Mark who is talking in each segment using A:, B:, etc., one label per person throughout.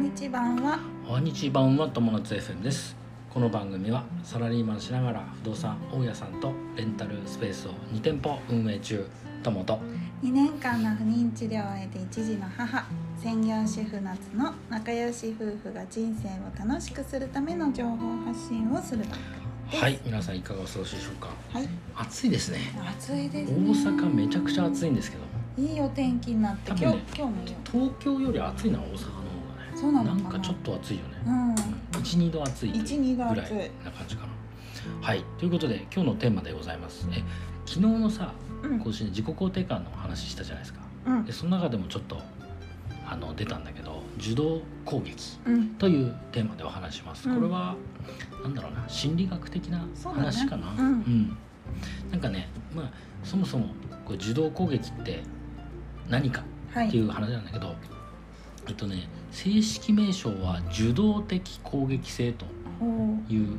A: 日版は
B: おはにちばんは友達 FM ですこの番組はサラリーマンしながら不動産大家さんとレンタルスペースを2店舗運営中友と
A: 2年間の不妊治療を終えて一時の母専業主婦夏の仲良し夫婦が人生を楽しくするための情報発信をする番組です
B: はい皆さんいかがお過ごしでしょうか
A: はい、
B: 暑いですね
A: 暑い
B: 大
A: ですね
B: 阪めちゃくちゃ暑いんですけど
A: いいお天気になって
B: 多
A: 今
B: 分
A: 日
B: ね
A: 今日もいいよ
B: 東京より暑いのは大阪の方
A: そうな
B: が
A: の
B: ね
A: か
B: な
A: なん
B: かちょっと暑いよ
A: う
B: ね
A: ん
B: 12度暑いという
A: 12度
B: ぐら
A: 暑
B: い
A: い
B: な感じかなはいということで今日のテーマでございますえ昨日のさ
A: うん
B: 更新で自己肯定感の話したじゃないですか
A: うん
B: でその中でもちょっとあの出たんだけど受動攻撃
A: うん
B: というテーマでお話しします。
A: うん
B: これは、なんだろうな心理学的な
A: そうだね
B: 話かな。
A: うん
B: うんなんかね、まあそもそもこう受動攻撃って何か
A: は
B: ってい
A: いう
B: 話なんだけど、えっとね正式名称は受動的攻撃性と
A: おー
B: いう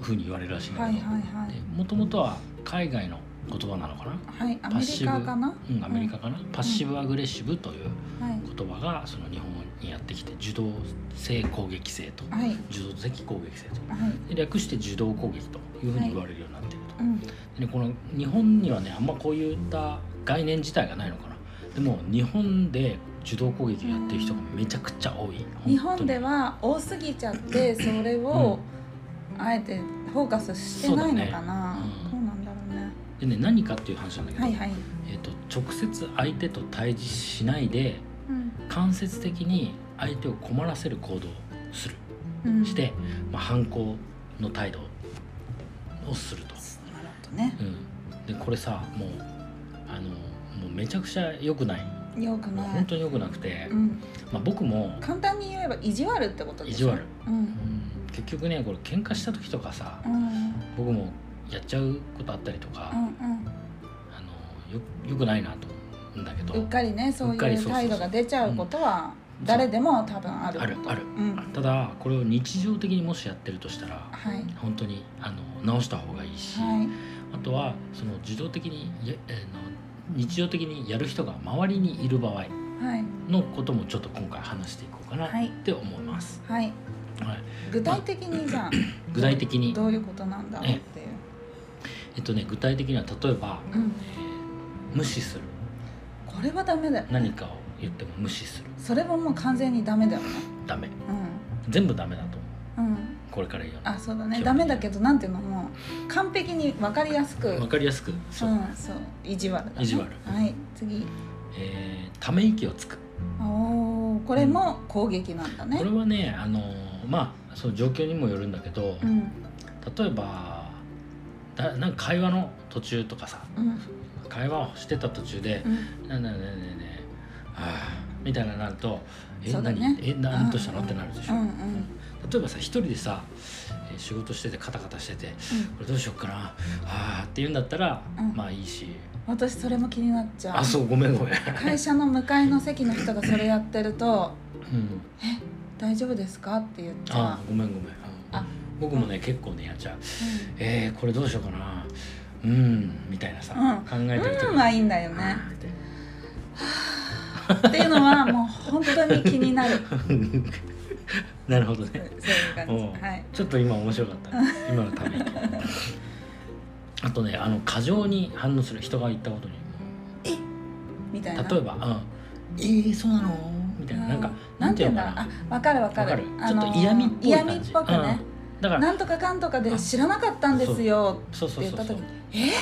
B: ふうに言われるらしいんだ
A: は
B: け
A: い
B: ど、
A: はいはい
B: もともとは海外の言葉なのかな。
A: はい、ア
B: パッ
A: メ
B: シ
A: リ
B: ブ
A: カかな。
B: うん、アメリカかな、パッシブアグレッシブという
A: はい。
B: 言葉がその日本にやってきて受動性攻撃性と
A: はい。
B: 受動的攻撃性と
A: はい。
B: で略して受動攻撃というふうに言われるようになっている
A: う
B: と、
A: ん。
B: でねこの日本にはねあんまこういった概念自体がないのかなでも日本で受動攻撃をやってる人がめちゃくちゃ多い
A: 日本で
B: は
A: は多すぎちゃって、それを。あえてフォーカスしてないのかな。
B: そ
A: そううなんだろうね。
B: でね何かっていう話なんだけど、
A: はいはい。
B: えっと直接相手と対峙しないで
A: うん
B: 間接的に相手を困らせる行動をする
A: うん。
B: し。て、まあ、反抗の態度をすると、
A: なるほどね。
B: うん、でこれさもうあのもうめちゃくちゃ良くない
A: よく
B: も
A: な
B: う本
A: い。
B: 当に良くなくて、
A: うん。
B: まあ、僕も、
A: 簡単に言えば意地悪ってことで
B: 意
A: す
B: 地
A: よ。
B: 悪
A: うん。
B: 結局ねこれ喧嘩した時とかさ
A: うん。うん
B: 僕もやっちゃうことあったりとか、
A: うん。
B: あのよよくないなと思うんだけど
A: うっかりね、そう
B: う
A: い
B: っかり
A: う
B: そうそうそう
A: 態度が出ちゃうことは。誰でも多分ある。
B: あるある
A: うん。
B: ただこれを日常的にもしやってるとしたら
A: はい。
B: 本当にあの直した方がいいし、
A: はい。
B: あとはその自動的にや、えーの日常的にやる人が周りにいる場合
A: はい。
B: のこともちょっと今回話していこうかなっ
A: はい
B: て思います、
A: はい。
B: はい、
A: 具体的にじゃあ。
B: 具体的に
A: どういうことなんだろうっていう。
B: えっとね具体的には例えば、
A: うん
B: えー無視する
A: これはダメだよ
B: 何かを言っても無視する
A: それはもう完全にダメだよね
B: ダメ全部ダメだと思う
A: うんうん
B: これから言う
A: あそうだねダメだけどなんていうのもう完璧に分かりやすく
B: のわかりやすく
A: う
B: そうん
A: そう意地悪だ、ね、
B: 意地悪
A: はい次
B: えーため息をつく
A: おーこれも攻撃なんだね
B: これはねあのーまあその状況にもよるんだけど、
A: うん
B: 例えばだなんか会話の途中とかさ
A: うん
B: 会話をしてた途中で
A: うん
B: 「なんだねねねねあーみたいなのになると「え、
A: そうだ
B: 何
A: ね
B: え何としたの?」ってなるでし
A: う
B: ょ、
A: んうん
B: 例えばさ一人でさえー仕事しててカタカタしてて「これどうしようかなあー」って言うんだったら、
A: うん
B: まあいいし
A: 私それも気になっち
B: 「
A: ゃう
B: あそうごめんごめん」
A: 会社の向かいの席の人がそれやってると
B: うん
A: 「え大丈夫ですか?」って言っちゃ
B: あ
A: う
B: ーごめんごめん
A: あ
B: 僕もね結構ねやっちゃう「えー、これどうしようかなうん」みたいなさ、
A: うん
B: 考えてる
A: うん、
B: 時
A: うん、
B: に
A: まあいいんだよね
B: うんって
A: っていうのはもう本当に気になる
B: なるほど
A: そう
B: ね
A: いう感じ
B: うん
A: はい
B: ちょっと今面白かった、ね、今のためにあとねあの過剰に反応する人が言ったことに
A: みたいな
B: 例えば「うん、えー、そうなの?」みたいななんかなんていうのかな
A: あわかるわか
B: わか
A: る
B: る
A: あ
B: ちょ
A: の
B: っと嫌味っぽい
A: 嫌
B: 感じ
A: 味っぽくね、
B: うんだから
A: なんとかかんとかで知らなかったんですよ
B: そう
A: って
B: そう
A: 言っ
B: そ
A: た
B: うそ
A: 時
B: う
A: にえ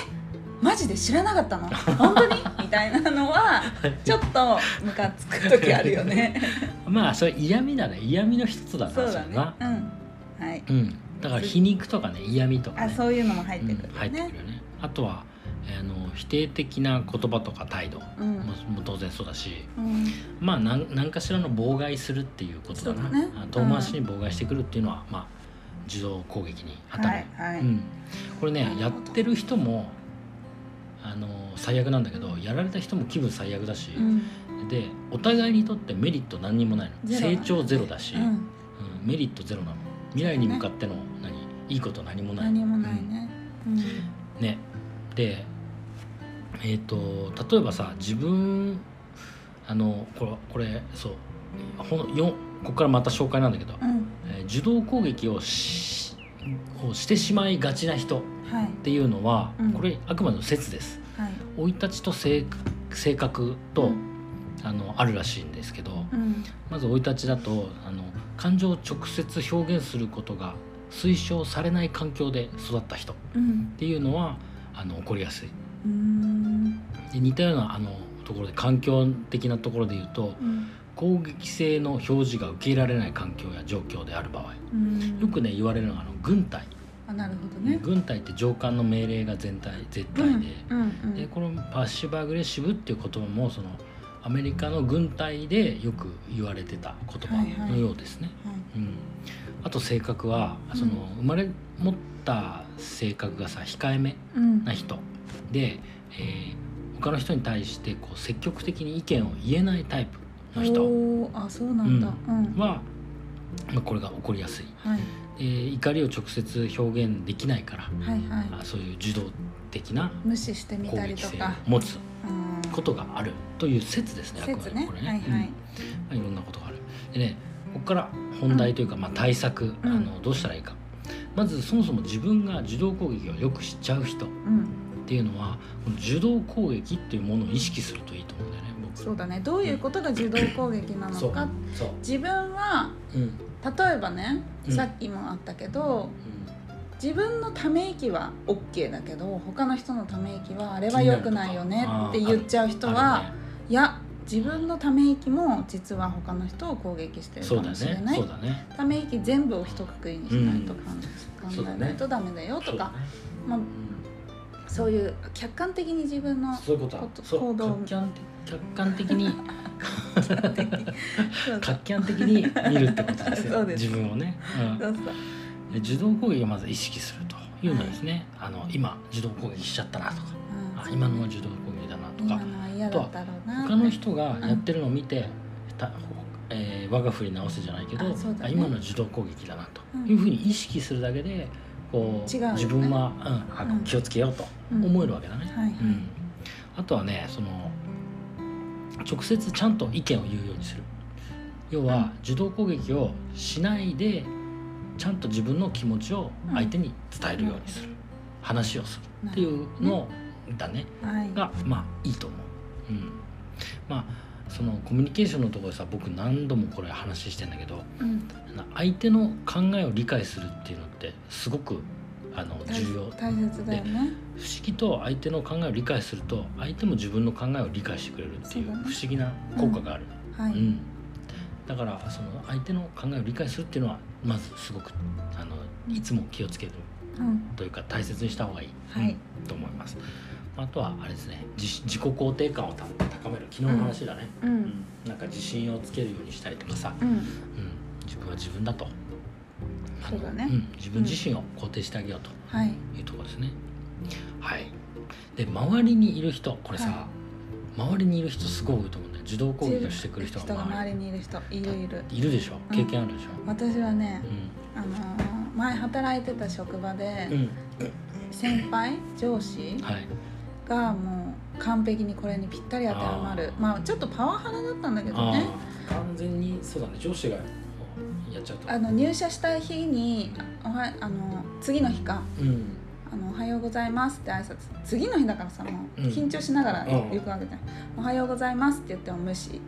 A: マジで知らなかった の本当にみたいなのはちょっとムカつく時あるよね
B: まあそれ嫌味だね嫌味の一つだな
A: そうだ
B: れ
A: ね
B: な
A: うんはい
B: うんだから皮肉とかね嫌味とか
A: あ
B: ね
A: そういうのも入っ
B: う
A: て
B: ん
A: くるよ
B: 入ってく
A: ね
B: るよねあとはあの否定的な言葉とか態度も
A: うん、
B: もう当然そうだし
A: うん
B: まあ何何かしらの妨害するっていうことだな
A: そうだね
B: あ遠回しに妨害してくるっていうのは、まあ受動攻撃に当た
A: は
B: る
A: い、はい、
B: うん、これねやってる人もあの最悪なんだけどやられた人も気分最悪だし、
A: うん
B: でお互いにとってメリット何にもないの
A: ゼロだ
B: 成
A: ね
B: 長ゼロだし、
A: う
B: うん
A: ん、
B: メリットゼロなの未来に向かっての何いいこと何もない
A: 何もないね、うん
B: うんねでえっ、と例えばさ自分あのこれこれそうほんよここからまた紹介なんだけど、
A: うん
B: えー受動攻撃をしをしてしまいがちな人っ
A: はい
B: ていうのは、
A: うん
B: これあくまでも説です
A: はい
B: 生い立ちと性性格と、あのあるらしいんですけど、
A: うん
B: まず生い立ちだとあの感情を直接表現することが推奨されない環境で育った人っ
A: うん
B: ていうのはあの起こりやすいう
A: ーん
B: で似たようなあのところで環境的なところで言うと
A: うん
B: 攻撃性の表示が受け入れられない環境や状況である場合
A: うん
B: よくね言われるのがあの軍隊、
A: あなるほどね
B: 軍隊って上官の命令が全体絶対で,、
A: うんうん
B: でこのパッシブアグレッシブっていう言葉もそのアメリカの軍隊でよく言われてた言葉のようですね。
A: はい
B: うん、あと性格は
A: うん
B: その生まれ持った性格がさ控えめ
A: うん
B: な人で、えー他の人に対してこう積極的に意見を言えないタイプの人
A: おーあそうなんだうん
B: は、まあ、これが起こりやすい、
A: はい
B: えー怒りを直接表現できないから、
A: はいはい
B: あそういう受動的な
A: 無視してみ
B: 攻
A: たり
B: 撃
A: と
B: 性を
A: か
B: 持つ
A: うん
B: ことがあるという説ですねあくま
A: 説
B: で
A: ね
B: これ
A: はいはい
B: うんまあ、いろんなことがある。でねここから本題というか、まあ、対策、
A: うん
B: あのどうしたらいいかまずそもそも自分が受動攻撃をよくしちゃう人っ
A: うん
B: ていうのはこの受動攻撃っていうものを意識するといいと思うんだよね僕
A: そうだねどういうことが受動攻撃な
B: そ
A: の
B: う
A: か
B: そう
A: 自分は
B: うんうん
A: 例えばね
B: うん
A: さっきもあったけど自分のため息は OK だけど他の人のため息はあれは良くないよねって言っちゃう人
B: あ
A: は
B: るね
A: いや自分のため息も実は他の人を攻撃してるか
B: そうだ
A: もしれ
B: ね
A: ない
B: そうだね
A: ため息全部を一括りにしないと考
B: うん
A: え考えないとダメだよと
B: そうだ
A: か
B: ね
A: まあ
B: うん
A: そういう客観的に自分の
B: そういうことだ
A: こと
B: そう
A: 行動
B: 客観的客観的に
A: そうそう
B: 客観的に見るってことです
A: そ
B: よ
A: うです
B: 自分をね、うん、
A: そうそう
B: で受動攻撃をまず意識するというのはですね、あの今受動攻撃しちゃったなとか
A: うん
B: あ今のは受動攻撃だなと
A: 今
B: か
A: のは嫌だったろうな
B: 他の人がやってるのを見て、たえー我が振り直せじゃないけど
A: あそうだね
B: あ今のは受動攻撃だなと
A: うん
B: いうふうに意識するだけでこう
A: 違うよね
B: 自分は、うんあ
A: うん
B: 気をつけようと
A: うん
B: 思えるわけだね。
A: はいはい
B: うんあとはねその直接ちゃんと意見を言うようにする要
A: うん
B: は受動攻撃をしないでちゃんと自分の気持ちを相手に伝えるようにする、話をするっていうのだね
A: はい
B: がまあいいと思う、うん、まあそのコミュニケーションのところでさ僕何度もこれ話してんだけど
A: うん
B: 相手の考えを理解するっていうのってすごくあの
A: 大
B: 重要
A: 大切だよね
B: 不思議と相手の考えを理解すると相手も自分の考えを理解してくれるっていう
A: そうだ
B: 不
A: ね
B: 思議な効果がある、
A: は
B: うん
A: い
B: だからその相手の考えを理解するっていうのはまずすごくあのいつも気をつける
A: うん
B: というか大切にした方がいい、
A: はい
B: うんと思いますあとはあれですね自自己肯定感をた高める昨日の話だね、
A: う
B: うん
A: ん
B: なんか自信をつけるようにしたりとかさ、
A: うん
B: うん、自分は自分だとあの
A: そうだね
B: ん、自分自身を肯定してあげようと、
A: はい
B: いうところですね。はい。で周りにいる人これさ、
A: は
B: 周りにいる人すごい多いと思うんだよ。受動攻撃をしてくる人
A: 人が
B: が周
A: 周りにいる人いるいる
B: りにいるでしょ。
A: うん
B: 経験あるでしょ。
A: 私はね
B: う
A: あのー前働いてた職場で
B: ん。うん。
A: 先輩上司
B: はい。
A: がもう完璧にこれにぴったり当てはまる
B: あー
A: まあちょっとパワハラだったんだけど
B: あ
A: ね
B: あ完全にそうだね。上司がやっちゃうと。
A: あの入社した日におはあの次の日か
B: うん。
A: あの「おはようございます」って挨拶次の日だからさもう
B: うん
A: 緊張しながら
B: うん
A: 行くわけじゃん「おはようございます」って言っても無視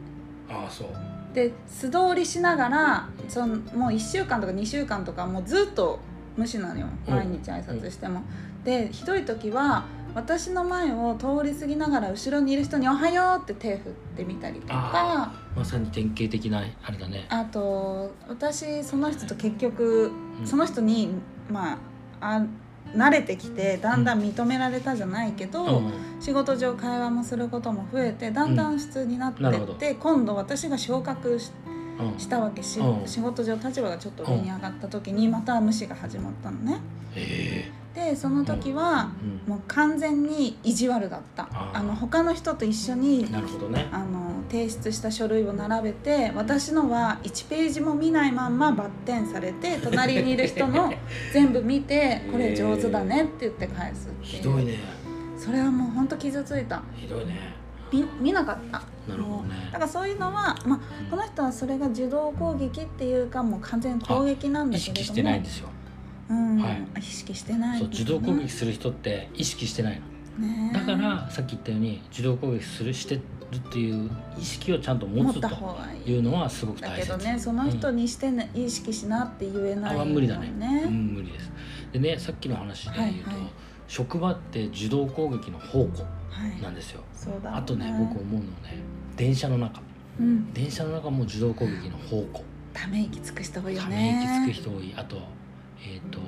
B: ああそう。
A: で素通りしながらそのもう1週間とか2週間とかもうずっと無視なのよ
B: うん
A: 毎日挨拶しても。でひどい時は私の前を通り過ぎながら後ろにいる人に「おはよう」って手振ってみたりとか
B: まさに典型的なあれだね。
A: あと私その人と結局
B: うん
A: その人にまああ慣れてきてだんだん認められたじゃないけど、
B: うん
A: 仕事上会話もすることも増えてだんだん普通になって
B: なるほ
A: っ
B: ど
A: て、今度私が昇格し
B: うん
A: したわけし、
B: うん
A: 仕事上立場がちょっと上に上がった時にまた無視が始まったのね。
B: え
A: でその時は
B: えうん。
A: もう完全に意地悪だった
B: あ
A: あ
B: ー
A: の他の人と一緒に
B: なるほどね。
A: あの提出した書類を並べて私のは1ページも見ないまんまバッテンされて隣にいる人 の全部見て「これ上手だね」って言って返すっていう
B: ひどいね。
A: それはもうほんと傷ついた
B: ひどいね。
A: 見見なかった
B: なるほどね
A: だからそういうのは、まあ、この人はそれが受動攻撃っていうかもう完全攻撃なんだ
B: 意
A: けれども
B: 識してないんですよ
A: うん
B: はい
A: 意識してない
B: そう受動攻撃
A: ね
B: する人って意識してないの
A: ね
B: だからさっき言ったように受動攻撃するしてるっていう意識をちゃんと持
A: 持っ
B: つ
A: た
B: と
A: 方がい
B: い
A: いう
B: のはすごく
A: だ
B: 大
A: け
B: 切
A: どねその人にして、ね意識しなって言えない
B: あ
A: も
B: は
A: ん
B: 無理だねうん、無理ですでねさっきの話で言うと、
A: はいはい
B: 職場って受動攻撃の宝庫
A: はい
B: なんですよ
A: そうだろう
B: あとね僕思うのね電車の中
A: うん
B: 電車の中も受動攻撃の宝庫
A: ため息つく人多いよ
B: た
A: ね
B: め息つく人多いあとえっ、と、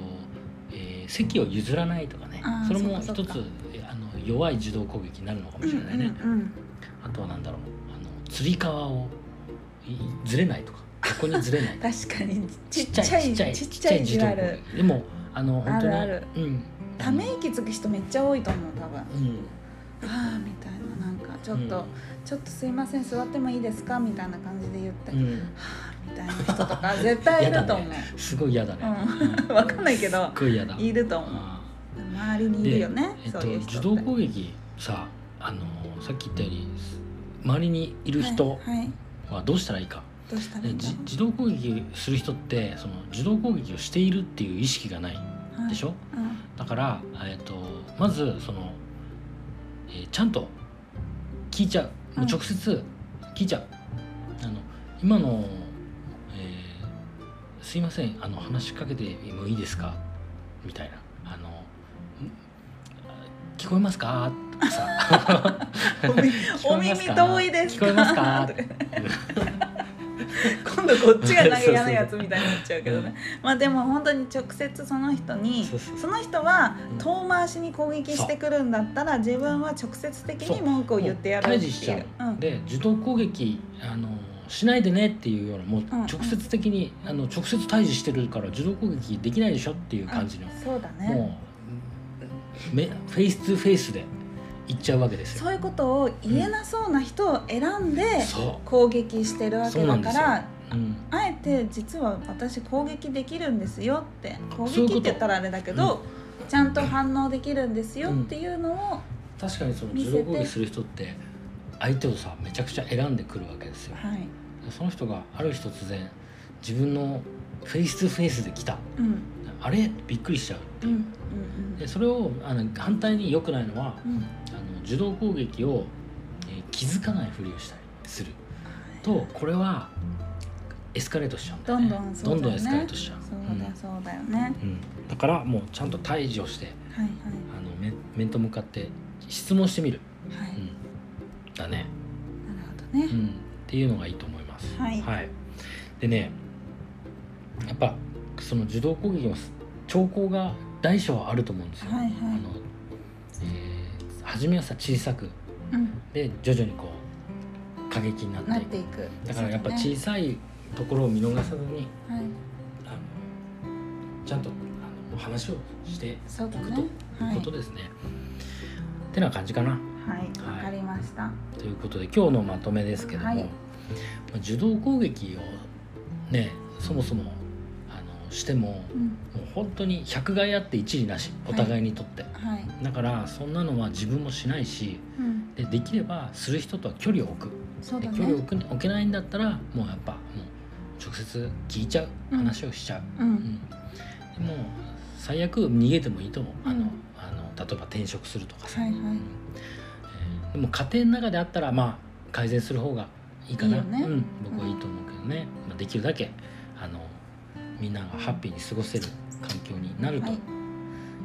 B: えー席を譲らないとかね
A: あー
B: それも一
A: そっ
B: つ
A: かそっか
B: えーあの弱い受動攻撃になるのかもしれないね、
A: うんうんうん
B: あとはなんだろうあのつり革をいずれないとかここにずれない
A: 確かに
B: ち
A: ちっ
B: っちゃ
A: ちゃ
B: いち
A: い
B: っちゃい
A: ちっちゃい
B: 自
A: じ
B: 動
A: わ
B: 攻
A: る
B: 撃でもあの本当に
A: ある
B: うん
A: ため息つく人めっちゃ多いと思う多分
B: うん
A: ああみたいななんかちょっと、
B: うん
A: ちょっとすいません座ってもいいですかみたいな感じで言って、
B: う
A: は
B: ん
A: あみたいな人とか絶対いると思う、
B: すごい嫌だね、
A: うん わかんないけど
B: すっごい嫌だ
A: いると思う
B: あ
A: 周り
B: ー
A: にいるよね
B: えっと
A: そういう人
B: 受動攻撃さあのさっき言ったように周りにいる人
A: はい、はい
B: はどうしたらいいか、
A: どうしたらい
B: ね
A: いんだ
B: じ
A: ろ、
B: 自動攻撃する人ってその自動攻撃をしているっていう意識がないう
A: はい
B: でしょ、
A: うん
B: だから、えっとまずその、えーちゃんと聞いちゃうも
A: う
B: う
A: ん
B: 直接聞いちゃう、あの今の、えーすいませんあの話しかけてもいいですか?」みたいな「あのん聞こえますか?」とかさ 「
A: おみ
B: 聞こえますか
A: お耳遠いですか
B: 聞こえますか?」
A: とか 今度こっちが投げやないやつみたいになっちゃうけどね、 まあでも本当に直接その人に
B: そうそう
A: その人は
B: うん
A: 遠回しに攻撃してくるんだったら自分は直接的に文句を言ってやる
B: もう
A: って
B: 退治しち
A: い
B: ゃ
A: う
B: う、
A: うん
B: で受動攻撃あのしないでねっていうようなもう
A: うん
B: 直接的に、あの直接退治してるから受動攻撃できないでしょっていう感じの、
A: そうだね
B: もうめフェイス2フェイスでいっちゃうわけですよ。
A: そういうことを言えなそうな人を選んで
B: そ
A: 攻撃してるわけだか
B: そうな
A: ら
B: う、うん、
A: あえて実は私攻撃できるんですよって攻
B: そういうこ
A: 撃
B: と
A: って言ったらあれだけどちゃんと反応できるんですよっていうのを
B: 確かにその
A: 見せ
B: 受
A: て
B: 動攻撃する人って相手をさめちゃくちゃ選んでくるわけですよ。
A: はい
B: その人がある日突然自分のフェイス2フェイスで来た
A: うん
B: あれびっくりしちゃうって
A: うんう
B: い
A: ん
B: う。でそれをあの反対に良くないのは
A: うんうん
B: あの受動攻撃を、えー気づかないふりをしたりするとこれはエスカレートしちゃうんだ
A: ど
B: よね
A: んどんそうだね
B: エスカレートしちゃう
A: そう
B: うん
A: だそうだよね
B: うんだからもうちゃんと退治をして
A: はい
B: あの面面と向かって質問してみる、
A: はいは
B: う
A: い
B: ん、だね、
A: なるほどね
B: うん、っていうのがいいと思います
A: はい
B: でねやっぱその受動攻撃の兆候が大小あると思うんですよ、
A: はいはい
B: あの、えー初めはさ小さく
A: うん
B: で徐々にこう過激にな
A: な
B: っ
A: ってて
B: い
A: いく
B: くだからやっぱ
A: そう
B: 小さいところを見逃さずに
A: だねはい
B: あのちゃんとあの話をしてい
A: そうだ
B: く
A: ね
B: ということですね。ってな感じかな
A: はいわ、かりました
B: ということで今日のまとめですけども、
A: はい
B: まあ受動攻撃をねそもそもあのしてもも
A: うん
B: う本当に百害あって一理なしお互いにとって、
A: はい
B: だからそんなのは自分もしないし
A: うん
B: でできればする人とは距離を置く。
A: そう
B: で
A: だ
B: 距離を
A: ね
B: 置く置けないんだったらもうやっぱもう直接聞いちゃう
A: うん
B: 話をしちゃう、
A: う
B: うん
A: ん
B: でも最悪逃げてもいいと思う、あ
A: う
B: の
A: ん
B: あの例えば転職するとかさ、
A: はいはい
B: えーでも家庭の中であったらまあ改善する方がいいか
A: い
B: ない
A: よね
B: うん、僕はいいと思うけどね、まあ、できるだけあのみんながハッピーに過ごせる環境になると
A: は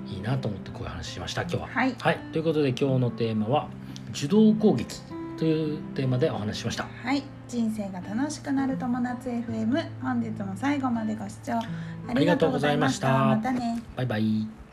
A: い
B: いいなと思ってこういう話しました今日は。
A: はい
B: はい、ということで今日のテーマは「受動攻撃」というテーマでお話ししました。
A: はい人生が楽しくなる友達 FM 本日も最後までご視聴あ
B: あり
A: り
B: が
A: が
B: と
A: と
B: う
A: う
B: ご
A: ご
B: ざ
A: ざ
B: い
A: い
B: ま
A: ま
B: し
A: したたまたね
B: 拜拜。